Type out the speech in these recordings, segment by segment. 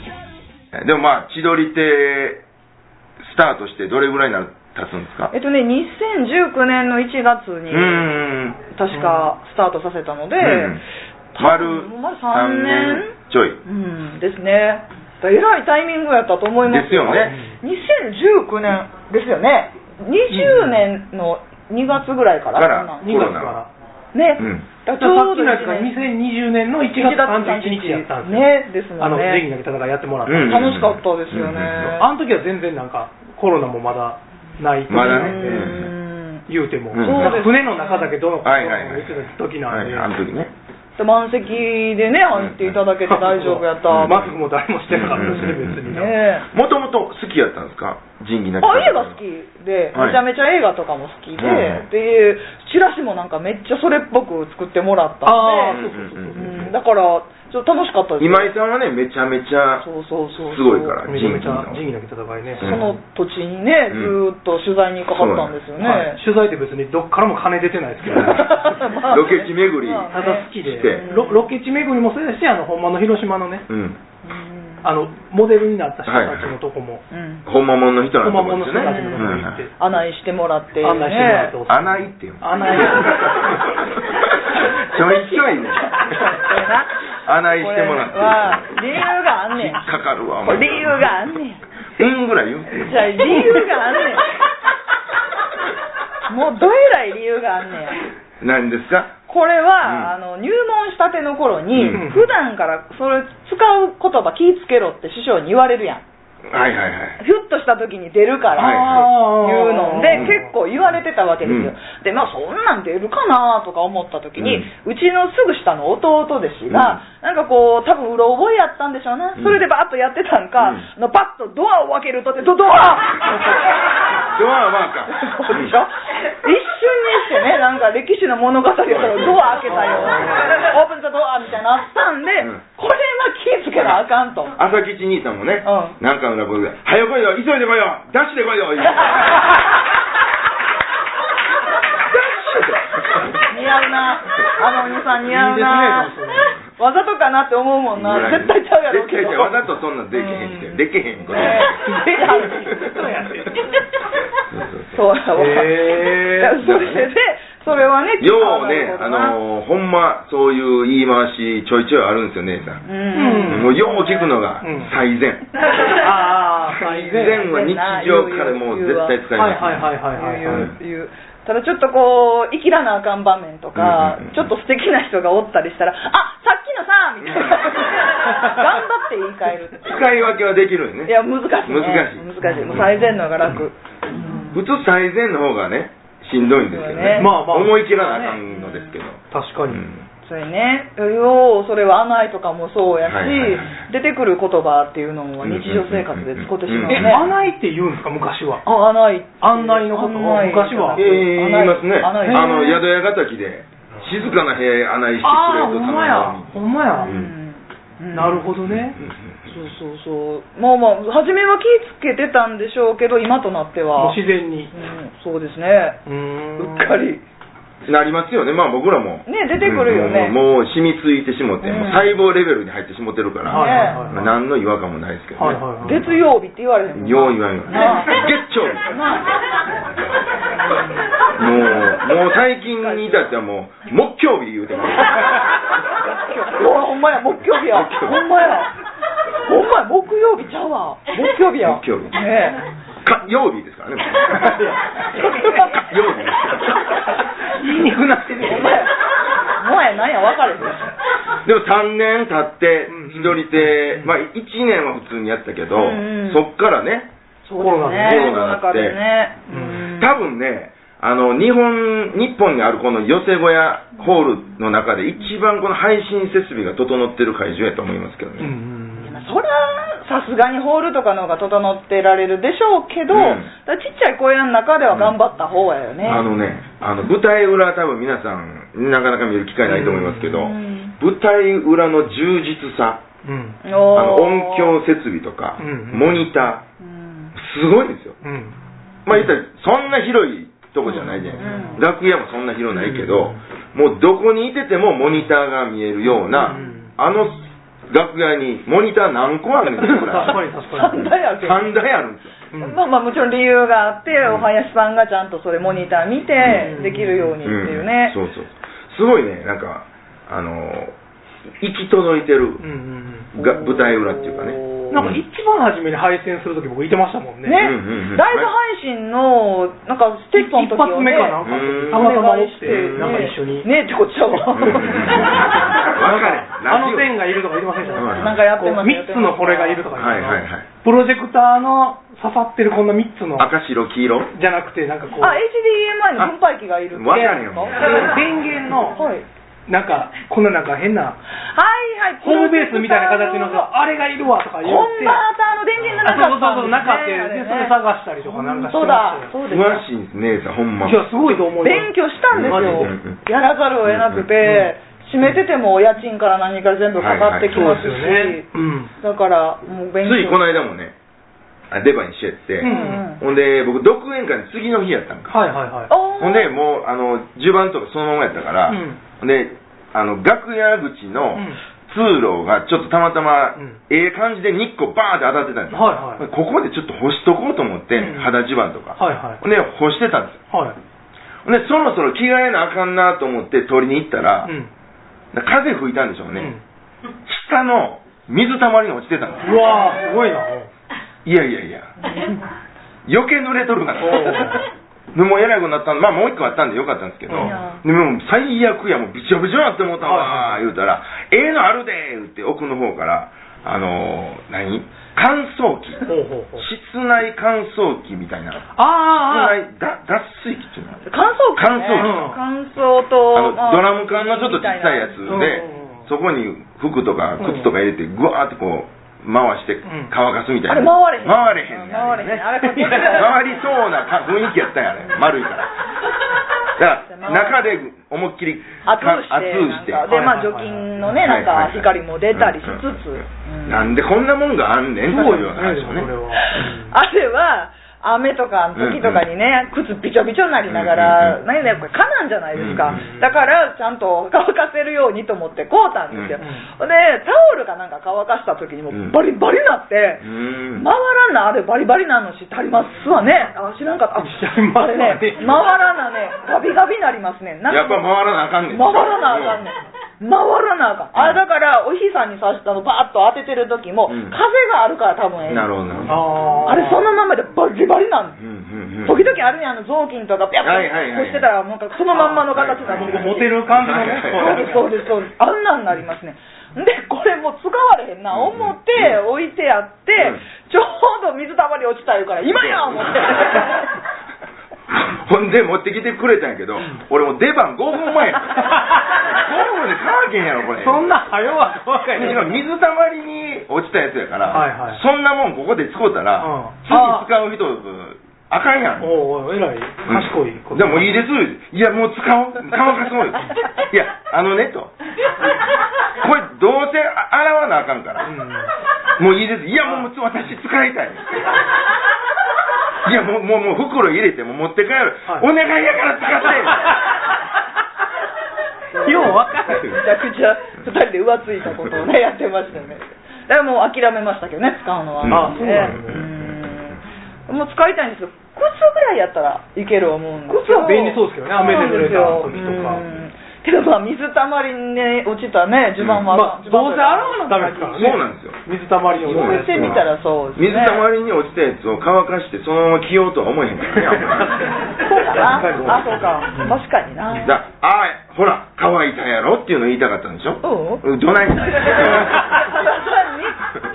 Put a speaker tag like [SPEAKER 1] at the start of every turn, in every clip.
[SPEAKER 1] ね。でもまあ、千鳥亭、スタートしてどれぐらいになる、経つんですか
[SPEAKER 2] えっとね、2019年の1月
[SPEAKER 1] う
[SPEAKER 2] に、
[SPEAKER 1] ーん。
[SPEAKER 2] 確かスタートさせたので、
[SPEAKER 1] うん
[SPEAKER 2] 多
[SPEAKER 1] 丸
[SPEAKER 2] 分もう丸
[SPEAKER 1] 3
[SPEAKER 2] 3
[SPEAKER 1] 年
[SPEAKER 2] 年
[SPEAKER 1] ちょい。
[SPEAKER 2] うんですね。えらいタイミングやったと思います
[SPEAKER 1] ですよね。
[SPEAKER 2] 2019年ですよね。20年の2月ぐらいから。
[SPEAKER 1] から
[SPEAKER 2] なん
[SPEAKER 1] コ
[SPEAKER 2] ね。
[SPEAKER 1] ロナ
[SPEAKER 3] から。
[SPEAKER 2] だか
[SPEAKER 3] だからら
[SPEAKER 2] ちょ
[SPEAKER 3] さ
[SPEAKER 2] う
[SPEAKER 3] っ
[SPEAKER 2] ど1
[SPEAKER 3] きのやつが
[SPEAKER 2] 年
[SPEAKER 3] 2020年の1月31日やったんですよ。
[SPEAKER 2] ねですもんね
[SPEAKER 3] あの、ネギ投げたからやってもらった。
[SPEAKER 1] うん
[SPEAKER 2] 楽しかったですよね。
[SPEAKER 3] あの時は全然なんか、コロナもまだない時
[SPEAKER 1] まだ
[SPEAKER 3] な
[SPEAKER 1] ね
[SPEAKER 3] ん
[SPEAKER 2] う
[SPEAKER 3] で、
[SPEAKER 2] ん
[SPEAKER 3] 言うても、
[SPEAKER 1] うん
[SPEAKER 3] なんか船の中だけどの
[SPEAKER 1] はいはいはい
[SPEAKER 3] 言ってた時なんで、
[SPEAKER 1] はいあの時ね。
[SPEAKER 2] 満席でね、入っていただけて大丈夫やった。
[SPEAKER 1] うん
[SPEAKER 3] マスクも誰もしてなかったし、別に。
[SPEAKER 2] ね
[SPEAKER 1] もともと好きやったんですか仁義なき
[SPEAKER 2] あ映
[SPEAKER 1] 戦い
[SPEAKER 2] 画好きで、
[SPEAKER 1] はい
[SPEAKER 2] めちゃめちゃ映画とかも好きで、
[SPEAKER 1] うん
[SPEAKER 2] でチラシもなんかめっちゃそれっぽく作ってもらった
[SPEAKER 3] ああ
[SPEAKER 2] ん
[SPEAKER 3] ー、そう
[SPEAKER 2] で、
[SPEAKER 3] そうそうそう。
[SPEAKER 2] うんだからちょっと楽しかったです
[SPEAKER 1] 今井さんはね、めちゃめちゃ、
[SPEAKER 2] そうそうそうそう
[SPEAKER 1] すごいから、
[SPEAKER 3] めち
[SPEAKER 1] 仁
[SPEAKER 3] ゃめ
[SPEAKER 1] 義
[SPEAKER 3] ちゃ
[SPEAKER 1] の。
[SPEAKER 3] 仁義なき戦いね。
[SPEAKER 2] その土地にね、ずーっと取材にかかったんですよね、
[SPEAKER 3] はい取材って別にどっからも金出てないですけど、
[SPEAKER 2] ま あね
[SPEAKER 1] ロケ地巡り
[SPEAKER 2] まあね
[SPEAKER 3] ただ好きで
[SPEAKER 1] して、
[SPEAKER 3] ロロケ地巡りもそうやし、あの、ほんまの広島のね、
[SPEAKER 1] うん。
[SPEAKER 2] うん
[SPEAKER 3] あの、モデルになった人たちのとこも、
[SPEAKER 2] うん
[SPEAKER 1] ほんまもんの人な
[SPEAKER 3] ほ
[SPEAKER 1] んて
[SPEAKER 3] んま
[SPEAKER 1] こ
[SPEAKER 3] も
[SPEAKER 1] と
[SPEAKER 3] ん
[SPEAKER 1] で
[SPEAKER 3] の
[SPEAKER 1] すよね。
[SPEAKER 3] 人たちのとこに行って、
[SPEAKER 2] 案内してもらって、ね、
[SPEAKER 3] 案内してもらってお
[SPEAKER 1] う
[SPEAKER 3] うん
[SPEAKER 1] 穴井って言うの。
[SPEAKER 3] 穴井
[SPEAKER 1] ち ょいちょいね。穴井してもらって
[SPEAKER 2] これは理由があんねん
[SPEAKER 1] 引っかかるわ、お
[SPEAKER 2] こ
[SPEAKER 1] 前
[SPEAKER 2] れ理由があんねん
[SPEAKER 1] 円ぐらい言うてよ
[SPEAKER 2] じゃあ理由 があんねんもうどえらい理由があんねん
[SPEAKER 1] 何ですか
[SPEAKER 2] これは、あの入門したての頃に、
[SPEAKER 1] うん
[SPEAKER 2] 普段からそれ使う言葉気ぃつけろって師匠に言われるやん
[SPEAKER 1] はいはいはい。
[SPEAKER 2] ヒュッとした時に出るか
[SPEAKER 1] はい
[SPEAKER 2] ら、
[SPEAKER 3] あー
[SPEAKER 2] 言うので、結構言われてたわけですよ、
[SPEAKER 1] うん
[SPEAKER 2] でまあそんなん出るかなとか思った時に、
[SPEAKER 1] う
[SPEAKER 2] うんちのすぐ下の弟弟子が、なんかこう多分うろ覚えやったんでしょうね、
[SPEAKER 1] うん
[SPEAKER 2] それでバーッとやってたんか、
[SPEAKER 1] う
[SPEAKER 2] のパッとドアを開けるとってドドア
[SPEAKER 1] ドアはまあか。
[SPEAKER 2] そうでしょ一瞬にしてね、なんか歴史の物語をドア開けたよ、オープンザドアみたいになったんで、
[SPEAKER 1] うん
[SPEAKER 2] これは気ぃつけなあかんと。
[SPEAKER 1] 朝吉兄さんもね、
[SPEAKER 2] う
[SPEAKER 1] なんかのラブで、早来いよ、急いで来いよ、ダッシュで来いよ、言うて
[SPEAKER 2] 似合うなあのお兄さん似合うない
[SPEAKER 3] いですね
[SPEAKER 2] わざとかなって思うもんな絶対ちゃうやろうけ
[SPEAKER 1] 絶
[SPEAKER 2] ど
[SPEAKER 1] 対ちゃうわざとそんなんできへんって、
[SPEAKER 2] うん
[SPEAKER 1] できへんこと。
[SPEAKER 2] ね
[SPEAKER 3] そうやね
[SPEAKER 2] そうやわ、
[SPEAKER 3] へー
[SPEAKER 2] それでそれはね
[SPEAKER 1] ようね、
[SPEAKER 2] 使
[SPEAKER 1] あ
[SPEAKER 2] わないこ
[SPEAKER 1] のーほんま、そういう言い回し、ちょいちょいあるんですよ、姉さ
[SPEAKER 2] と
[SPEAKER 1] ん。
[SPEAKER 2] な
[SPEAKER 3] うん
[SPEAKER 1] もうよう聞くのが
[SPEAKER 3] うん、
[SPEAKER 1] 最善。
[SPEAKER 3] ああ、
[SPEAKER 1] 最
[SPEAKER 3] 最
[SPEAKER 1] 善
[SPEAKER 3] 善。
[SPEAKER 1] は日常からもう絶対使い
[SPEAKER 3] はい
[SPEAKER 1] ます。
[SPEAKER 3] はいはいはいはい。
[SPEAKER 1] うん
[SPEAKER 2] いういうただちょっとこう生きらなあかん場面とか、
[SPEAKER 1] うんうんうん
[SPEAKER 2] ちょっと素敵な人がおったりしたらあさっきのさみたいな頑張って言い換えるっていう
[SPEAKER 1] 使い分けはできるよね
[SPEAKER 2] い。や難しい、ね、
[SPEAKER 1] 難しい
[SPEAKER 2] 難しいもう最善のが楽、
[SPEAKER 1] 普通最善の方がね、しんどいんですけどね。
[SPEAKER 2] そうね
[SPEAKER 3] まあまあ
[SPEAKER 1] 思い切らなあかんのですけど。
[SPEAKER 3] 確か
[SPEAKER 1] う
[SPEAKER 3] に。
[SPEAKER 1] ん
[SPEAKER 2] それねようそれは穴井とかもそうや
[SPEAKER 1] は
[SPEAKER 2] し、
[SPEAKER 1] いはいはい
[SPEAKER 2] 出てくる言葉っていうのは日常生活で使ってしまう
[SPEAKER 3] え、
[SPEAKER 2] ね、
[SPEAKER 3] 案内って言うんですか、昔は。
[SPEAKER 2] あ穴井
[SPEAKER 3] 案内のことを昔は
[SPEAKER 2] 案
[SPEAKER 1] え
[SPEAKER 2] 内
[SPEAKER 1] ー、言いますね。
[SPEAKER 2] 穴井
[SPEAKER 1] あの、宿屋がたきで、静かな部屋へ案内してくれ
[SPEAKER 3] ああ、
[SPEAKER 1] と
[SPEAKER 3] ほ
[SPEAKER 1] 頼ん
[SPEAKER 3] んま
[SPEAKER 1] だのに。。
[SPEAKER 3] や
[SPEAKER 2] うんうん
[SPEAKER 3] ほんまや。なるほどね。
[SPEAKER 2] そうそうそうまあまあ初めは気ぃつけてたんでしょうけど今となって
[SPEAKER 3] も
[SPEAKER 2] は
[SPEAKER 3] う自然に。
[SPEAKER 2] うん、そうですね
[SPEAKER 3] う
[SPEAKER 2] う
[SPEAKER 3] ー
[SPEAKER 2] んっかり
[SPEAKER 1] なりますよね、まあ僕らも。
[SPEAKER 2] ね出てくるよね
[SPEAKER 1] うんもう染みついてしもて、
[SPEAKER 2] うん
[SPEAKER 1] もう細胞レベルに入ってしもてるから、
[SPEAKER 3] はいはい
[SPEAKER 1] ま
[SPEAKER 3] は
[SPEAKER 1] あ何
[SPEAKER 3] い。
[SPEAKER 1] の違和感もないですけど
[SPEAKER 3] はい
[SPEAKER 1] ね。
[SPEAKER 3] はいはい。
[SPEAKER 2] 月曜日って言われへんもんな
[SPEAKER 1] よう言わんよ。
[SPEAKER 2] なあ
[SPEAKER 1] 月曜日。
[SPEAKER 2] な
[SPEAKER 1] もう、
[SPEAKER 2] あ
[SPEAKER 1] もう最近に至ってはもう、木曜日言うてます。
[SPEAKER 2] おほんまや木曜日や
[SPEAKER 1] 木曜日
[SPEAKER 2] ほんまやほんまや木曜日ちゃうわ木曜日や
[SPEAKER 1] 木曜日
[SPEAKER 2] ね
[SPEAKER 1] 火曜日ですからね。火曜日。
[SPEAKER 3] 言いにくなってる
[SPEAKER 2] えほんまやもはやなんや分かれへん
[SPEAKER 1] でも3年経って
[SPEAKER 3] うん、
[SPEAKER 1] 一人で、まあ1年は普通にやったけど
[SPEAKER 2] うんうん、
[SPEAKER 1] そっからね、
[SPEAKER 2] そ
[SPEAKER 1] コ
[SPEAKER 2] うですねコ
[SPEAKER 1] ロ
[SPEAKER 2] ロ
[SPEAKER 1] ナ
[SPEAKER 2] ナ
[SPEAKER 1] になって
[SPEAKER 2] 禍でね
[SPEAKER 3] う
[SPEAKER 2] うん
[SPEAKER 1] 多分ね、あの、日本、日本にあるこの寄せ小屋ホールの中で一番この配信設備が整ってる会場やと思いますけど
[SPEAKER 3] うんう
[SPEAKER 1] ね。
[SPEAKER 2] いやま
[SPEAKER 3] ん
[SPEAKER 2] あそりゃさすがにホールとかの方が整ってられるでしょうけ
[SPEAKER 1] う
[SPEAKER 2] ど、
[SPEAKER 1] ん
[SPEAKER 2] だからちっちゃい小屋の中では頑張った方やよね、
[SPEAKER 1] あのね、あの、舞台裏多分皆さん、なかなか見る機会ないと思いますけど、
[SPEAKER 2] うん
[SPEAKER 1] 舞台裏の充実さ、
[SPEAKER 3] うん。
[SPEAKER 1] あ
[SPEAKER 2] おー
[SPEAKER 1] の音響設備とか、
[SPEAKER 3] うんうん
[SPEAKER 1] モニタ
[SPEAKER 2] う
[SPEAKER 1] ー、
[SPEAKER 2] ん
[SPEAKER 1] すごいんですよ。
[SPEAKER 3] うん。
[SPEAKER 1] まあ言ったら、そんな広いとこじゃないじゃないですか。楽屋もそんな広ないけど、もうどこにいててもモニターが見えるような、
[SPEAKER 3] うん
[SPEAKER 1] あの楽屋にモニター何個あるんです
[SPEAKER 3] 確かに確か
[SPEAKER 2] 三台あるけど
[SPEAKER 1] 3台あるんですよ
[SPEAKER 3] うん
[SPEAKER 2] まあまあもちろん理由があって、お林さんがちゃんとそれモニター見て
[SPEAKER 3] うん
[SPEAKER 2] できるようにっていうね、
[SPEAKER 1] うんそうそうすごいねなんかあの行き届いてる、
[SPEAKER 3] うんうん
[SPEAKER 1] が舞台裏っていうかね
[SPEAKER 3] うんなんか一番初めに配線するとき僕いてましたもんね。
[SPEAKER 2] ね
[SPEAKER 1] うんうんうん
[SPEAKER 2] ライブ配信のなんかステップの
[SPEAKER 3] 一
[SPEAKER 2] 時を
[SPEAKER 3] 発目
[SPEAKER 2] ね
[SPEAKER 3] かなんか
[SPEAKER 1] うん
[SPEAKER 3] たまたま
[SPEAKER 2] お願い
[SPEAKER 3] 起
[SPEAKER 2] し
[SPEAKER 3] き
[SPEAKER 2] て
[SPEAKER 3] て、なんか一緒に。
[SPEAKER 2] ねえってこっちゃわ
[SPEAKER 1] うんうんうんわかる
[SPEAKER 3] あの線がいるとか言ってませんでした
[SPEAKER 1] うん
[SPEAKER 2] なんかやって
[SPEAKER 3] こう
[SPEAKER 2] ます
[SPEAKER 3] 三つのこれがいるとか言
[SPEAKER 1] はいはい
[SPEAKER 3] って
[SPEAKER 1] はい
[SPEAKER 3] プロジェクターの刺さってるこんな三つの
[SPEAKER 1] 赤白黄色
[SPEAKER 3] じゃなくてなんかこ う
[SPEAKER 2] あ HDMI の分配器がいるって
[SPEAKER 1] わかるよ
[SPEAKER 3] 電源の
[SPEAKER 2] はい
[SPEAKER 3] なんかこんななんか変な
[SPEAKER 2] はいはい
[SPEAKER 3] ホームベースみたいな形の
[SPEAKER 2] コンバー
[SPEAKER 3] あれがいるわとか言って
[SPEAKER 2] ターの電源がなかったんですね
[SPEAKER 3] あそうそうそうなかったよね
[SPEAKER 2] あれね
[SPEAKER 3] それ探したりとかなんかして
[SPEAKER 2] そうだ
[SPEAKER 3] ましたよ
[SPEAKER 2] そうですよ
[SPEAKER 1] 詳しいんですねさんほんま
[SPEAKER 3] いやすごいと思い
[SPEAKER 2] 勉
[SPEAKER 3] ます
[SPEAKER 2] 強したんですよ
[SPEAKER 1] うんうんうん、
[SPEAKER 2] やらざるを得なくて、閉めててもお家賃から何から全部かかってき
[SPEAKER 3] そう
[SPEAKER 2] ま
[SPEAKER 3] ですすよ
[SPEAKER 2] し
[SPEAKER 3] ね、うん
[SPEAKER 2] だからもう
[SPEAKER 1] つ
[SPEAKER 2] 勉強
[SPEAKER 1] いこの間もねあ出番一緒やって、
[SPEAKER 3] うん
[SPEAKER 1] ほんで僕独演会の次の日やったんか
[SPEAKER 3] はいはいはい
[SPEAKER 2] おー
[SPEAKER 1] ほんでもうあの10番とかそのままやったから、
[SPEAKER 3] うん
[SPEAKER 1] ほんであの楽屋口の
[SPEAKER 3] うん
[SPEAKER 1] 通路がちょっとたまたま、
[SPEAKER 3] うん
[SPEAKER 1] ええ感じで日光バーンって当たってたんですよ、
[SPEAKER 3] はいはい
[SPEAKER 1] ここでちょっと干しとこうと思って、
[SPEAKER 3] うん
[SPEAKER 1] 肌地盤とか、
[SPEAKER 3] はいはい
[SPEAKER 1] ほんで干してたんですよ
[SPEAKER 3] はい
[SPEAKER 1] ほんでそろそろ着替えなあかんなと思って取りに行ったら、
[SPEAKER 3] うん
[SPEAKER 1] 風吹いたんでしょう
[SPEAKER 3] う
[SPEAKER 1] ね
[SPEAKER 3] ん、
[SPEAKER 1] 下の水たまりに落ちてたんです
[SPEAKER 3] うわーすごいな。
[SPEAKER 1] いやいやいや余計濡れとるから
[SPEAKER 3] お
[SPEAKER 1] でもうえらいことになったんでまあもう一個あったんでよかったんですけど、
[SPEAKER 3] うん
[SPEAKER 1] でもう最悪やもうびちょびちょなって思ったわ
[SPEAKER 3] はいはい
[SPEAKER 1] 言
[SPEAKER 3] はい
[SPEAKER 1] うたら「ええのあるで!」言って奥の方からあのー何乾燥機
[SPEAKER 3] ほうほうほう
[SPEAKER 1] 室内乾燥機みたいな
[SPEAKER 3] あーあー、
[SPEAKER 1] 室内だ脱水機っていうの
[SPEAKER 2] 乾燥機ね乾燥と
[SPEAKER 1] あの
[SPEAKER 2] まあ
[SPEAKER 1] ドラム缶のちょっとちっちゃいやつ
[SPEAKER 3] うん
[SPEAKER 1] でそこに服とか靴とか入れてぐわーってこう回して
[SPEAKER 3] ん
[SPEAKER 1] 乾かすみた
[SPEAKER 2] あ
[SPEAKER 1] いな
[SPEAKER 2] れ回れへん
[SPEAKER 1] 回れへんね
[SPEAKER 2] 回れへんあれかっこいい
[SPEAKER 1] 回りそうなか雰囲気やったんやね丸いからだから中で思いっきり
[SPEAKER 2] 熱
[SPEAKER 1] か
[SPEAKER 2] うして
[SPEAKER 1] 熱うして
[SPEAKER 2] なんかでまあ
[SPEAKER 3] はい
[SPEAKER 2] 除
[SPEAKER 3] はいはい
[SPEAKER 2] 菌のねなん
[SPEAKER 1] はいはいはい
[SPEAKER 2] か光も出たりしつつ
[SPEAKER 1] うん
[SPEAKER 2] うん
[SPEAKER 1] なんでこんなもんがあんねん
[SPEAKER 3] す
[SPEAKER 1] と
[SPEAKER 3] ごい
[SPEAKER 1] いうよう
[SPEAKER 3] よ
[SPEAKER 1] な
[SPEAKER 3] ね、
[SPEAKER 1] 話を
[SPEAKER 3] でも
[SPEAKER 1] ね
[SPEAKER 3] これは。
[SPEAKER 2] あれは雨とかの時とかにね、靴びちょびちょになりなが
[SPEAKER 1] う
[SPEAKER 2] ら、
[SPEAKER 1] んうんうん
[SPEAKER 2] 何だよこれ蚊なんじゃないですか、
[SPEAKER 1] うん
[SPEAKER 3] うん
[SPEAKER 2] だからちゃんと乾かせるようにと思ってこうたんですよ、
[SPEAKER 1] うん
[SPEAKER 3] う
[SPEAKER 2] でタオルかなんか乾かした時にも
[SPEAKER 1] うん
[SPEAKER 2] バリバリなって、
[SPEAKER 1] うん
[SPEAKER 2] 回らんなあれバリバリなのし足りますわねあ知らんかったあ
[SPEAKER 3] 知りま
[SPEAKER 2] あ
[SPEAKER 3] せ
[SPEAKER 2] れね
[SPEAKER 3] ん
[SPEAKER 2] 回らなねガビガビなりますねなん
[SPEAKER 1] やっぱ
[SPEAKER 2] か
[SPEAKER 1] 回らなあかんねん
[SPEAKER 2] 回らなあかんねん回らなあかんあだからお日さんにさしたのバーッと当ててる時
[SPEAKER 1] う
[SPEAKER 2] も、
[SPEAKER 1] ん
[SPEAKER 2] 風があるから多分ええ
[SPEAKER 1] なるほどなるほど
[SPEAKER 2] あ
[SPEAKER 3] あー
[SPEAKER 2] れそのままでバリバリな
[SPEAKER 1] う
[SPEAKER 2] ん
[SPEAKER 1] んうんうん
[SPEAKER 2] 時々あるねあの雑巾とかピャッと
[SPEAKER 1] はいはいはい
[SPEAKER 2] 押してたらなんかそのま んまの形になって
[SPEAKER 3] 僕
[SPEAKER 2] る
[SPEAKER 3] モテる感じのね
[SPEAKER 1] はいはいはい
[SPEAKER 2] そうですそうですそうですあんなんなりますねでこれもう使われへんな
[SPEAKER 1] うん
[SPEAKER 2] 思って置いてあって
[SPEAKER 1] うん
[SPEAKER 2] ちょうど水たまり落ちたいうから今や思 って
[SPEAKER 1] ほんで持ってきてくれたんやけど、俺もう出番5分前や5分で乾けへんやろこれ
[SPEAKER 3] そんな早は怖い
[SPEAKER 1] しかも水たまりに落ちたやつやから、
[SPEAKER 3] はいはい
[SPEAKER 1] そんなもんここで使うたら、
[SPEAKER 3] うん
[SPEAKER 1] 次使う人あかんやん
[SPEAKER 3] おうおう、偉い。賢いこと。
[SPEAKER 1] でもいいですいやもう使おう乾かそうよ いやあのねとこれどうせ洗わなあかんから、
[SPEAKER 3] うん
[SPEAKER 1] もういいですいやもう私使いたいいやもうもうもう袋入れてもう持って帰る、
[SPEAKER 3] はい
[SPEAKER 1] お願いやから使って
[SPEAKER 3] ようわか
[SPEAKER 1] る
[SPEAKER 2] めちゃくちゃ2人で浮ついたことをねやってましたよねだからもう諦めましたけどね使うのは
[SPEAKER 1] あ
[SPEAKER 3] そうなんだ
[SPEAKER 2] うんもう使いたいんですけど靴ぐらいやったらいける思うんですけど
[SPEAKER 3] 靴は便利そうですけどね雨で濡れた時とか
[SPEAKER 2] うんけどまあ水たまりにね落ちたね地盤は、
[SPEAKER 3] まあ、どうせ洗わなダメですから
[SPEAKER 1] そうなん
[SPEAKER 3] ね。
[SPEAKER 1] ですよ
[SPEAKER 3] 水たまりを
[SPEAKER 1] そうなん
[SPEAKER 2] 置い
[SPEAKER 1] ですよ
[SPEAKER 2] てみたらそう で
[SPEAKER 1] 水
[SPEAKER 2] すね
[SPEAKER 1] たまりに落ちたやつを乾かしてそのまま着ようとは思えへんからね
[SPEAKER 2] そうかな
[SPEAKER 3] 確かに
[SPEAKER 2] あそうか確かにな
[SPEAKER 1] だあーほら乾いたやろっていうの言いたかったんでしょ
[SPEAKER 2] う
[SPEAKER 1] どない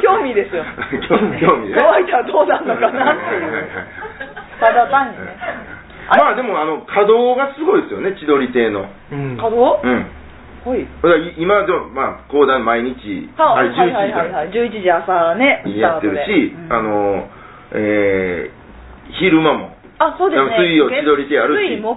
[SPEAKER 2] 興味ですよ
[SPEAKER 1] 興味興味ね
[SPEAKER 2] 乾いたらどうなんのかなっていうただ単にね
[SPEAKER 1] まあでもあの稼働がすごいですよね千鳥亭の
[SPEAKER 3] うん。
[SPEAKER 2] 稼働
[SPEAKER 1] うん
[SPEAKER 2] ほい
[SPEAKER 1] だからい今でもまあ講談毎日
[SPEAKER 2] は
[SPEAKER 1] あ
[SPEAKER 2] は
[SPEAKER 1] れ
[SPEAKER 2] いはいはいはい
[SPEAKER 1] 11時
[SPEAKER 2] 11時朝ね
[SPEAKER 1] からやってるし
[SPEAKER 2] スタートでうん
[SPEAKER 1] あのえー昼間も
[SPEAKER 2] あそうですね
[SPEAKER 1] 水曜千鳥でやるし
[SPEAKER 2] 月水木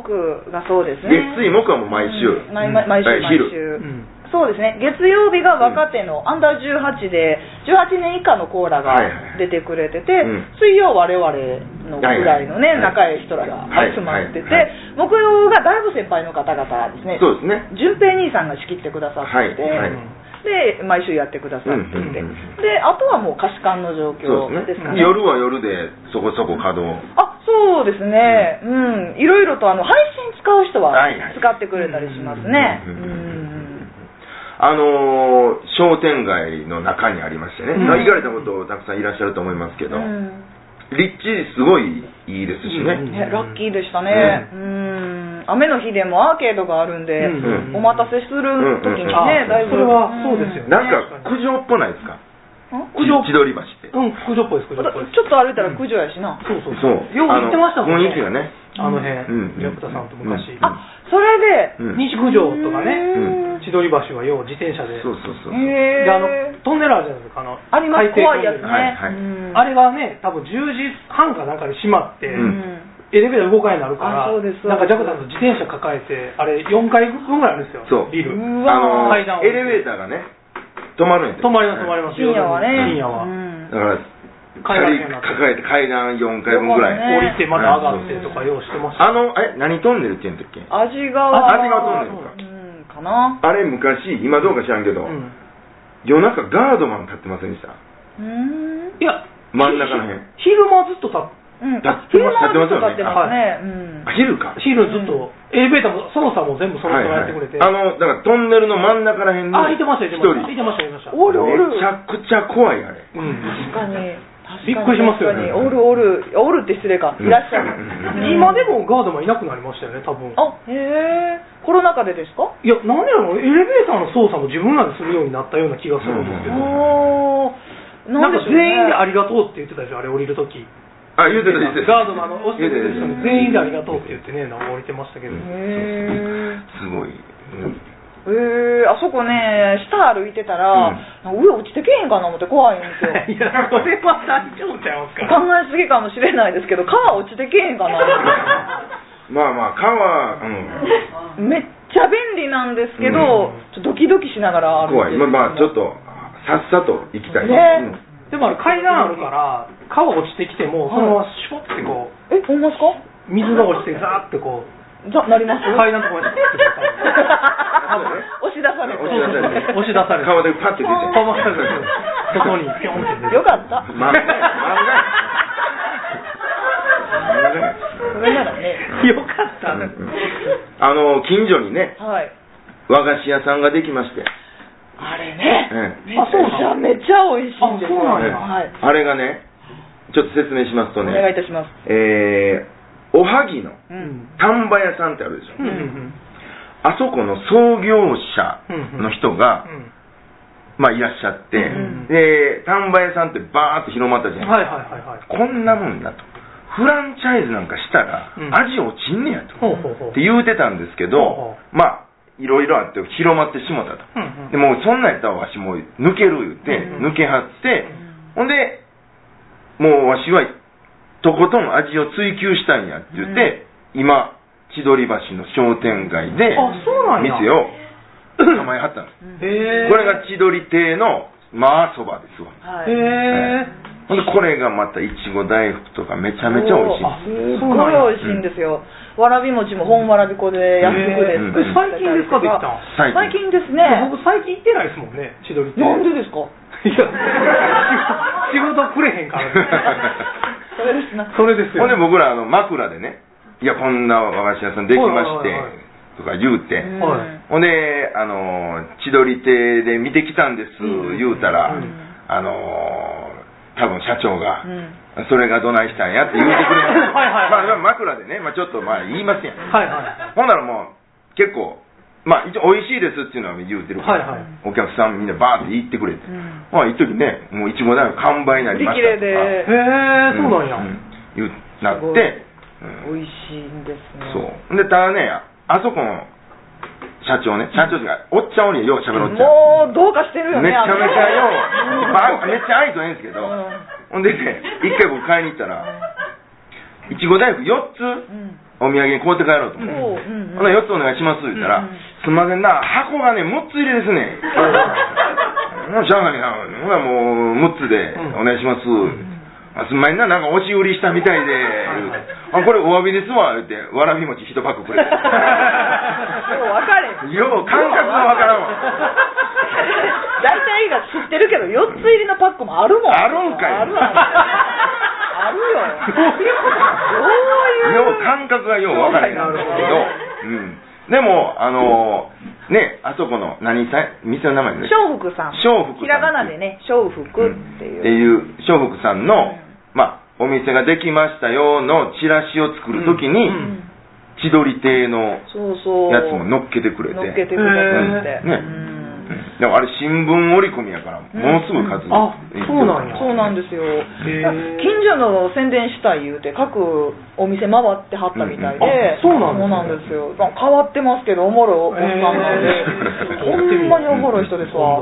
[SPEAKER 2] がそうですね
[SPEAKER 1] 月水木はもう毎週
[SPEAKER 2] うん毎毎毎週
[SPEAKER 1] はい
[SPEAKER 2] 毎
[SPEAKER 1] 昼
[SPEAKER 2] 週、
[SPEAKER 3] うん
[SPEAKER 2] そうですね月曜日が若手の、アンダー18で18年以下のコーラが
[SPEAKER 1] はいはい
[SPEAKER 2] 出てくれてて、
[SPEAKER 1] うん
[SPEAKER 2] 水曜我々のぐらいのね、
[SPEAKER 1] はいはい
[SPEAKER 2] 仲いい人らが
[SPEAKER 1] はい
[SPEAKER 2] 集まって
[SPEAKER 1] は
[SPEAKER 2] て、
[SPEAKER 1] いはい
[SPEAKER 2] 木曜がだいぶ先輩の方々ですね
[SPEAKER 1] そうですね
[SPEAKER 2] 順平兄さんが仕切ってくださってて、
[SPEAKER 1] はいはい
[SPEAKER 3] うん
[SPEAKER 2] で毎週やってくださいって言って、
[SPEAKER 1] うんうんうん
[SPEAKER 2] であとはもう貸し館の状況
[SPEAKER 1] そうで
[SPEAKER 2] です
[SPEAKER 1] ね
[SPEAKER 2] すかね
[SPEAKER 1] 夜は夜でそこそこ稼働
[SPEAKER 2] あそうですねうん、いろいろとあの配信使う人は
[SPEAKER 1] はいはい
[SPEAKER 2] 使ってくれたりしますね
[SPEAKER 1] う
[SPEAKER 2] うんん
[SPEAKER 1] うんあのー商店街の中にありましてね、
[SPEAKER 2] うん
[SPEAKER 1] まあ行かれたことたくさんいらっしゃると思いますけど、
[SPEAKER 2] うん
[SPEAKER 1] 立地すごいいいですしね、
[SPEAKER 2] ねラッキーでした
[SPEAKER 1] ね
[SPEAKER 2] ねうん雨の日でもアーケードがあるんで、
[SPEAKER 1] うん
[SPEAKER 2] お待たせする時にね、
[SPEAKER 3] うん
[SPEAKER 2] だいぶ
[SPEAKER 3] それはそうですよね
[SPEAKER 1] なんか九条っぽないですか
[SPEAKER 2] うん
[SPEAKER 1] 千鳥橋って、
[SPEAKER 3] うん、九条っぽいです、九条っぽいです。
[SPEAKER 2] ちょっと歩いたら九条やしな、
[SPEAKER 3] そうそう
[SPEAKER 1] そう
[SPEAKER 3] よう行ってましたもん
[SPEAKER 1] あの雰囲気がね
[SPEAKER 3] あの辺
[SPEAKER 1] うん、
[SPEAKER 3] ジャクタさんと昔。
[SPEAKER 1] うん
[SPEAKER 2] あそれで、
[SPEAKER 1] うん
[SPEAKER 3] 西九条とか
[SPEAKER 1] う
[SPEAKER 3] ね、千鳥橋はよう自転車で。
[SPEAKER 1] そうそうそうそう
[SPEAKER 2] へえ
[SPEAKER 3] で、あの、トンネルあるじゃないですか、あの、
[SPEAKER 2] あります
[SPEAKER 3] 海底
[SPEAKER 2] 怖いやつね、
[SPEAKER 3] トンネ
[SPEAKER 1] は
[SPEAKER 3] ル
[SPEAKER 1] いはい
[SPEAKER 2] うん
[SPEAKER 3] あれがね、多分10時半かなんかに閉まっ
[SPEAKER 1] う
[SPEAKER 3] て、
[SPEAKER 1] ん
[SPEAKER 3] エレベーター動かへんなるから、
[SPEAKER 2] あそうですそうです
[SPEAKER 3] なんかジャクタさんと自転車抱えて、あれ4回分ぐらいあるんですよ、
[SPEAKER 1] そう
[SPEAKER 3] ビル。
[SPEAKER 2] う
[SPEAKER 1] あのー
[SPEAKER 2] わ
[SPEAKER 3] 階段を
[SPEAKER 1] エレベーターがね止まるんやて
[SPEAKER 3] 止まります、止まります。
[SPEAKER 2] 深夜はね
[SPEAKER 3] 深夜は。
[SPEAKER 2] うん
[SPEAKER 1] だから
[SPEAKER 3] 階
[SPEAKER 1] 二
[SPEAKER 3] 段
[SPEAKER 1] 人抱えて階段4回分ぐらい、
[SPEAKER 2] そうね
[SPEAKER 3] 降りてまた上がってとか用意してました。
[SPEAKER 1] あのえ何トンネルって言うんだっけ
[SPEAKER 2] 味が
[SPEAKER 1] あ味がどうなるか
[SPEAKER 2] うんかな
[SPEAKER 1] あれ昔今どうか知らんけど、
[SPEAKER 3] うん
[SPEAKER 1] 夜中ガードマン立ってませんでした
[SPEAKER 2] うん
[SPEAKER 3] いや、
[SPEAKER 1] 真ん中の辺
[SPEAKER 3] 昼間ずっと立っ
[SPEAKER 2] うん
[SPEAKER 1] 立ってます
[SPEAKER 2] 昼間はずっと立
[SPEAKER 1] 立っ
[SPEAKER 2] ってて
[SPEAKER 1] ま
[SPEAKER 2] ますす
[SPEAKER 3] よ
[SPEAKER 2] ねうん
[SPEAKER 1] あ昼か
[SPEAKER 3] 昼ずっと、エレベーターも操作も全部その人がやってくれて。
[SPEAKER 1] はいはいあのだからトンネルの真ん中らへんに
[SPEAKER 3] あ、いてました、い
[SPEAKER 1] 一
[SPEAKER 3] てました。
[SPEAKER 1] 人
[SPEAKER 3] いてました、いてました。
[SPEAKER 2] おるおる
[SPEAKER 1] めちゃくちゃ怖いあれ
[SPEAKER 3] うん。
[SPEAKER 2] 確かに
[SPEAKER 3] びっくりしますよね
[SPEAKER 2] 確かにおるおるおるって失礼かいらっしゃ
[SPEAKER 1] うん
[SPEAKER 2] る
[SPEAKER 3] 今でもガードマンいなくなりましたよね、多分。
[SPEAKER 2] あへえコロナ禍でですか
[SPEAKER 3] いや、なんでやろう、エレベーターの操作も自分らでするようになったような気がするんですけ
[SPEAKER 1] うん
[SPEAKER 3] ど。
[SPEAKER 2] おお
[SPEAKER 3] なんか全員であ
[SPEAKER 2] り
[SPEAKER 3] りがとうって言ってたでしょ、あれ降りるとき。
[SPEAKER 1] あ言うてる言うてる
[SPEAKER 3] ガードマンの押して
[SPEAKER 1] 言うて
[SPEAKER 3] る
[SPEAKER 1] る
[SPEAKER 3] 人
[SPEAKER 1] 言う
[SPEAKER 3] に
[SPEAKER 1] てる
[SPEAKER 3] 全員でありがとうって言ってね、なんか降りてましたけど。
[SPEAKER 2] へえ
[SPEAKER 1] すごい、うん
[SPEAKER 2] えー、あそこね、下歩いてたら、上落ちてけへんかな思って怖いんですよ。
[SPEAKER 3] いや、これは大丈夫ちゃいますか
[SPEAKER 2] 考えすぎかもしれないですけど、川落ちてけへんかな。
[SPEAKER 1] まあまあ川、うん、
[SPEAKER 2] めっちゃ便利なんですけど、
[SPEAKER 3] うん
[SPEAKER 2] ちょっとドキドキしながら歩い
[SPEAKER 1] 怖
[SPEAKER 2] て
[SPEAKER 1] い
[SPEAKER 2] る
[SPEAKER 1] まあまあちょっとさっさと行きたい、
[SPEAKER 2] ね
[SPEAKER 1] うん
[SPEAKER 3] でもあれ階段あるから、川落ちてきても、そのままシュポってこう、
[SPEAKER 2] え、ほんまですか
[SPEAKER 3] 水が落ちてザーってこう、
[SPEAKER 2] ざなります
[SPEAKER 3] 階段とかに
[SPEAKER 2] 押し出されて。
[SPEAKER 1] 押し出されて
[SPEAKER 3] 押し出されて
[SPEAKER 1] 川でパッて出て
[SPEAKER 3] 飛ばされて、そこにピョンって出て。
[SPEAKER 2] よかった。
[SPEAKER 1] 漫 画や漫画や
[SPEAKER 2] それならね。
[SPEAKER 3] よかったね。
[SPEAKER 1] あの近所にね
[SPEAKER 2] はい。
[SPEAKER 1] 和菓子屋さんができまして、
[SPEAKER 2] あれね。
[SPEAKER 1] ええ
[SPEAKER 2] めちゃめちゃ美味しいんですよ。
[SPEAKER 3] あそうなんや
[SPEAKER 2] はい。
[SPEAKER 1] あれがねちょっと説明しますと
[SPEAKER 2] お
[SPEAKER 1] ね
[SPEAKER 2] 願いいたします。
[SPEAKER 1] えーおはぎの
[SPEAKER 2] う。
[SPEAKER 3] うんん。
[SPEAKER 1] 丹波屋さんってあるでしょ、
[SPEAKER 3] うんうん
[SPEAKER 1] あそこの創業者の人が、
[SPEAKER 3] うん。
[SPEAKER 1] まあ、いらっしゃって、
[SPEAKER 3] うん
[SPEAKER 1] で丹波屋さんってバーッと広まったじゃない
[SPEAKER 3] はいはいはいはい。
[SPEAKER 1] こんなもんだとフランチャイズなんかしたら
[SPEAKER 3] うん
[SPEAKER 1] 味落ちんねやと、
[SPEAKER 3] ほうほうほう。
[SPEAKER 1] って言うてたんですけど
[SPEAKER 3] ほうほ、
[SPEAKER 1] まあ、いろいろあって広まってしもたと。
[SPEAKER 3] うんうん
[SPEAKER 1] でもうそんなんやったらわしもう抜ける言って、
[SPEAKER 3] うんう
[SPEAKER 1] 抜
[SPEAKER 3] ん
[SPEAKER 1] けはって、ほんで、もうわしはとことん味を追求したいんやって言って、今、千鳥橋の商店街で
[SPEAKER 3] あ、そうなんや。
[SPEAKER 1] 店を名前張ったんです。
[SPEAKER 3] へー。
[SPEAKER 1] これが千鳥亭のまあそばですわ。
[SPEAKER 2] はい。
[SPEAKER 3] へー。
[SPEAKER 1] ほんでこれがまたいちご大福とかめちゃめちゃ美味しいんです。
[SPEAKER 2] すごい美味しいんですよ、わらび餅も本わらび粉で安くで
[SPEAKER 1] うん
[SPEAKER 2] 作ってたりと
[SPEAKER 1] 最近ですかできたの
[SPEAKER 2] 最近ですね
[SPEAKER 3] 僕最近行ってないですもんね、千鳥って。
[SPEAKER 2] なん
[SPEAKER 3] い
[SPEAKER 2] でですか
[SPEAKER 3] や、 仕事くれへんから。
[SPEAKER 2] それですな
[SPEAKER 3] それです
[SPEAKER 1] ほ
[SPEAKER 3] よ。
[SPEAKER 1] んで僕らあの枕でね、いやこんな和菓子屋さんできまして
[SPEAKER 3] はいはいはい
[SPEAKER 1] とか言うて、
[SPEAKER 2] うん
[SPEAKER 3] はい
[SPEAKER 1] ほんで、あのー千鳥亭で見てきたんです
[SPEAKER 3] うん
[SPEAKER 1] 言うたら、
[SPEAKER 3] うん
[SPEAKER 1] あのー多分社長が、
[SPEAKER 2] うん
[SPEAKER 1] それがどないしたんやって言うてくれました
[SPEAKER 3] はいはいはい
[SPEAKER 1] まあまあ枕でね、まあ、ちょっとまあ言いますやん、
[SPEAKER 3] はいはい。
[SPEAKER 1] ほんならもう結構まあ一応美味しいですっていうのは言うてるから、
[SPEAKER 3] はいはい
[SPEAKER 1] お客さんみんなバーって言ってくれて、
[SPEAKER 2] ん
[SPEAKER 1] まあ一時ねもういちご大福完売になりました
[SPEAKER 2] 売り切れで
[SPEAKER 3] へえ、そうなんや。
[SPEAKER 1] うん言うなって、うん
[SPEAKER 2] 美味しいんですね
[SPEAKER 1] そう。で、ただね、あそこの社長ね、社長じゃないおっちゃんおりよ、ようしゃべるおっちゃん。
[SPEAKER 2] もうどうかしてるよ
[SPEAKER 1] め
[SPEAKER 2] ね
[SPEAKER 1] ちゃめちゃよう、
[SPEAKER 2] あの
[SPEAKER 1] まあめっちゃ愛想ええんですけど、
[SPEAKER 2] うん
[SPEAKER 1] ほんでね、一回僕買いに行ったら、いちご大福4つ
[SPEAKER 2] うん
[SPEAKER 1] お土産に買うて帰ろうと思って。
[SPEAKER 2] おううんうん
[SPEAKER 1] ほんで4つお願いします言ったら、
[SPEAKER 2] うんうん
[SPEAKER 1] すんませんな、箱がね、6つ入りですね。もうしゃあないな、ほなもう6つで
[SPEAKER 3] うん
[SPEAKER 1] お願いします。あすんまへんな、なんか押し売りしたみたいで、言うてあこれお詫びですわ、言うて、わらび餅1パックくれて。
[SPEAKER 2] よう分か れ
[SPEAKER 1] よう感覚がわからんわ。
[SPEAKER 2] 大体が知ってるけど、4つ入りのパックもあるもん。
[SPEAKER 1] あるんかい
[SPEAKER 2] あるある。ある よ。
[SPEAKER 1] どういう
[SPEAKER 2] どういう。
[SPEAKER 1] 感覚がようわからへんなんですけど、うん、でも、あのーね、あそこの何さ店の名前で
[SPEAKER 2] 小福さん。
[SPEAKER 1] 小福さん
[SPEAKER 2] ひらがなでね、小福って
[SPEAKER 1] って
[SPEAKER 2] いう。
[SPEAKER 1] いう小福さんの、
[SPEAKER 2] うん
[SPEAKER 1] まあ、お店ができましたよのチラシを作るときに、
[SPEAKER 3] う
[SPEAKER 2] うんん
[SPEAKER 1] 千鳥亭の
[SPEAKER 2] そうそう。
[SPEAKER 1] やつも乗っけてくれて
[SPEAKER 2] 乗っけてくれてって。
[SPEAKER 1] へーね
[SPEAKER 2] うん
[SPEAKER 1] でもあれ新聞折り込みやからものすごい数、
[SPEAKER 3] うんあそうなんや
[SPEAKER 2] そうなんですよ。
[SPEAKER 3] へー
[SPEAKER 2] 近所の宣伝したい言うて、各お店回ってはったみたい
[SPEAKER 1] うん
[SPEAKER 2] で、
[SPEAKER 3] あそうなんですね
[SPEAKER 2] ですよ。変わってますけど、おもろいおっさんなんで
[SPEAKER 1] へー、
[SPEAKER 2] ほんまにおもろい人ですわ。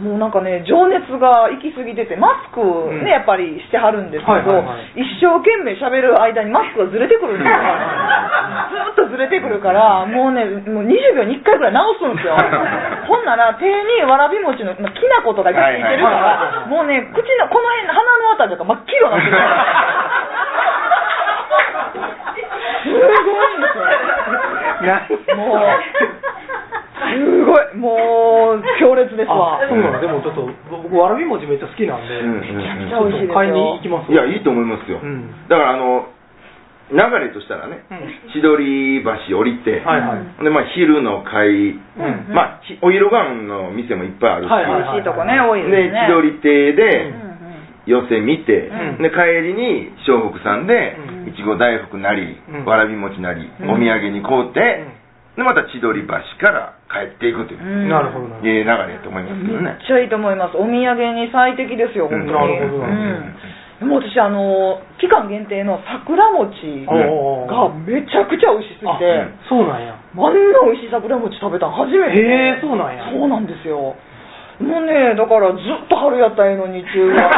[SPEAKER 2] もうなんかね、情熱が行き過ぎてて、マスクを
[SPEAKER 3] うん
[SPEAKER 2] ね、やっぱりしてはるんですけ
[SPEAKER 3] はいは
[SPEAKER 2] ど
[SPEAKER 3] いはい、
[SPEAKER 2] 一生懸命喋る間にマスクがずれてくるんですよ。ずーっとずれてくるから、もうね、もう20秒に1回ぐらい直すん ですよ。ほんなら、手にわらび餅の、まあきな粉とかがついてるから、
[SPEAKER 3] はいはいはいはい
[SPEAKER 2] もうね、口の、この辺、鼻のあたりとか真っ黄色になってる。 すごいんですよ。 もう、すごい、もう、強烈ですわ。
[SPEAKER 3] あそうなのでもちょっと僕わらび餅めっちゃ好きなんで、
[SPEAKER 1] うんうんうん
[SPEAKER 3] ちょっと買いに行きます
[SPEAKER 1] いやいいと思いますよ、
[SPEAKER 3] うん
[SPEAKER 1] だからあの流れとしたらね、
[SPEAKER 3] うん
[SPEAKER 1] 千鳥橋降りて、
[SPEAKER 3] はいはい、
[SPEAKER 2] うん
[SPEAKER 1] でまあ、昼の会、
[SPEAKER 3] うん
[SPEAKER 1] まあ、ひお色がんの店もいっぱいあるし、
[SPEAKER 3] はいはい
[SPEAKER 2] 美味しいとこね、多いです
[SPEAKER 1] で
[SPEAKER 2] ね。
[SPEAKER 1] 千鳥亭で
[SPEAKER 2] うんうん
[SPEAKER 1] 寄せ見て、
[SPEAKER 3] うん
[SPEAKER 1] で帰りに笑福さんで
[SPEAKER 3] うん
[SPEAKER 1] いちご大福なり、
[SPEAKER 3] うん
[SPEAKER 1] わらび餅なり、
[SPEAKER 3] うん
[SPEAKER 1] お土産に買うて、
[SPEAKER 3] うん
[SPEAKER 1] でまた千鳥橋から帰っていくというう、
[SPEAKER 2] ん
[SPEAKER 3] なるほどな
[SPEAKER 1] え
[SPEAKER 3] る
[SPEAKER 1] え流れやと思いますけど
[SPEAKER 2] め
[SPEAKER 1] ね
[SPEAKER 2] っちゃいいと思います。お土産に最適ですよ、
[SPEAKER 1] う
[SPEAKER 2] 本
[SPEAKER 1] ん
[SPEAKER 2] 当に。
[SPEAKER 3] なるほどな
[SPEAKER 1] る
[SPEAKER 2] うんでも私、あの、期間限定の桜餅
[SPEAKER 3] ほどおー
[SPEAKER 2] がめちゃくちゃ美味しすぎ
[SPEAKER 3] あ
[SPEAKER 2] て、
[SPEAKER 3] そうなんや
[SPEAKER 2] あんな美味しい桜餅食べたの初めて。
[SPEAKER 3] へえそうなんや
[SPEAKER 2] そうなんですよ。もうね、だからずっと春やったんやの、日中 は。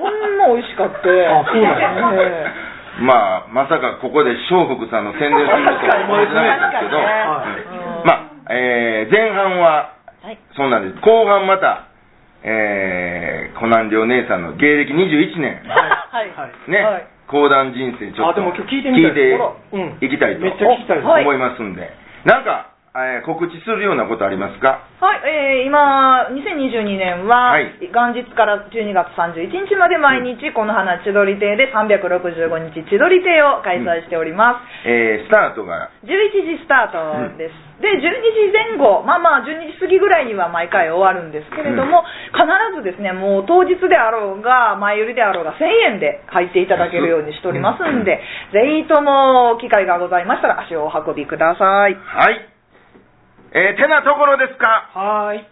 [SPEAKER 2] こんな美味しかって。
[SPEAKER 3] あそうなんや
[SPEAKER 2] ねえ
[SPEAKER 1] まあまさかここで笑福さんの宣伝するとは思ってなかったですけど、
[SPEAKER 2] 確かにね確かにね
[SPEAKER 1] うんまあ、えー前半は
[SPEAKER 2] はい
[SPEAKER 1] そうなんです後半また、えー、コナン寮姉さんの芸歴21年
[SPEAKER 2] はい
[SPEAKER 3] はい
[SPEAKER 1] ね、
[SPEAKER 2] はい
[SPEAKER 1] 講談人生ちょっ
[SPEAKER 3] あ
[SPEAKER 1] と
[SPEAKER 3] でも今日聞いてみたい
[SPEAKER 1] 聞い
[SPEAKER 3] あらうん
[SPEAKER 1] ていきたいと
[SPEAKER 3] めっちゃ聞きたいです
[SPEAKER 2] はい
[SPEAKER 1] 思いますんで、なんか、えー告知するようなことありますか
[SPEAKER 2] はい、えー今、2022年は、
[SPEAKER 1] はい
[SPEAKER 2] 元日から12月31日まで毎日、この花千鳥亭で365日千鳥亭を開催しております。
[SPEAKER 1] えースタートが
[SPEAKER 2] 11時スタートです。で、12時前後、まあまあ、12時過ぎぐらいには毎回終わるんですけれども、必ずですね、もう当日であろうが、前売りであろうが、1000円で入っていただけるようにしておりますんで、ぜひとも機会がございましたら足をお運びください。
[SPEAKER 1] はいえーてなところですか
[SPEAKER 3] はーい